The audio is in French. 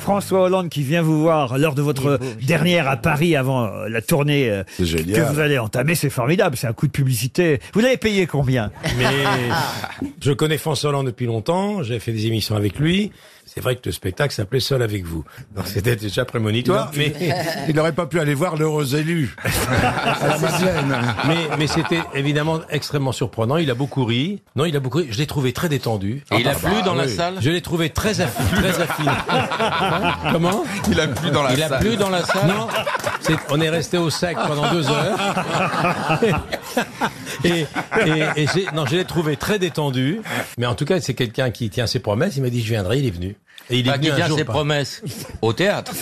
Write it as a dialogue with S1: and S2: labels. S1: François Hollande qui vient vous voir lors de votre dernière à Paris avant euh, la tournée euh,
S2: C'est
S1: que
S2: génial.
S1: vous allez entamer. C'est formidable, c'est un coup de publicité. Vous l'avez payé combien
S3: Mais je connais François Hollande depuis longtemps, j'ai fait des émissions avec lui. C'est vrai que le spectacle s'appelait Seul avec vous. Donc c'était déjà prémonitoire, mais,
S2: Il n'aurait pas pu aller voir l'heureux élu à la Madeleine.
S3: mais, mais c'était évidemment extrêmement surprenant. Il a beaucoup ri. Non, il a beaucoup ri. Je l'ai trouvé très détendu. Ah, bah,
S4: Et il a plu dans la salle
S3: Je l'ai trouvé très, affi- très affiné. Comment
S4: Il a plu dans la
S3: Il a
S4: salle.
S3: plu dans la salle Non. C'est- on est resté au sec pendant deux heures. et et- et j'ai- non, je l'ai trouvé très détendu. Mais en tout cas, c'est quelqu'un qui tient ses promesses. Il m'a dit je viendrai. Il est venu. Et il est
S4: Bah,
S3: venu
S4: qui
S3: un
S4: tient
S3: jour,
S4: ses
S3: par-
S4: promesses au théâtre.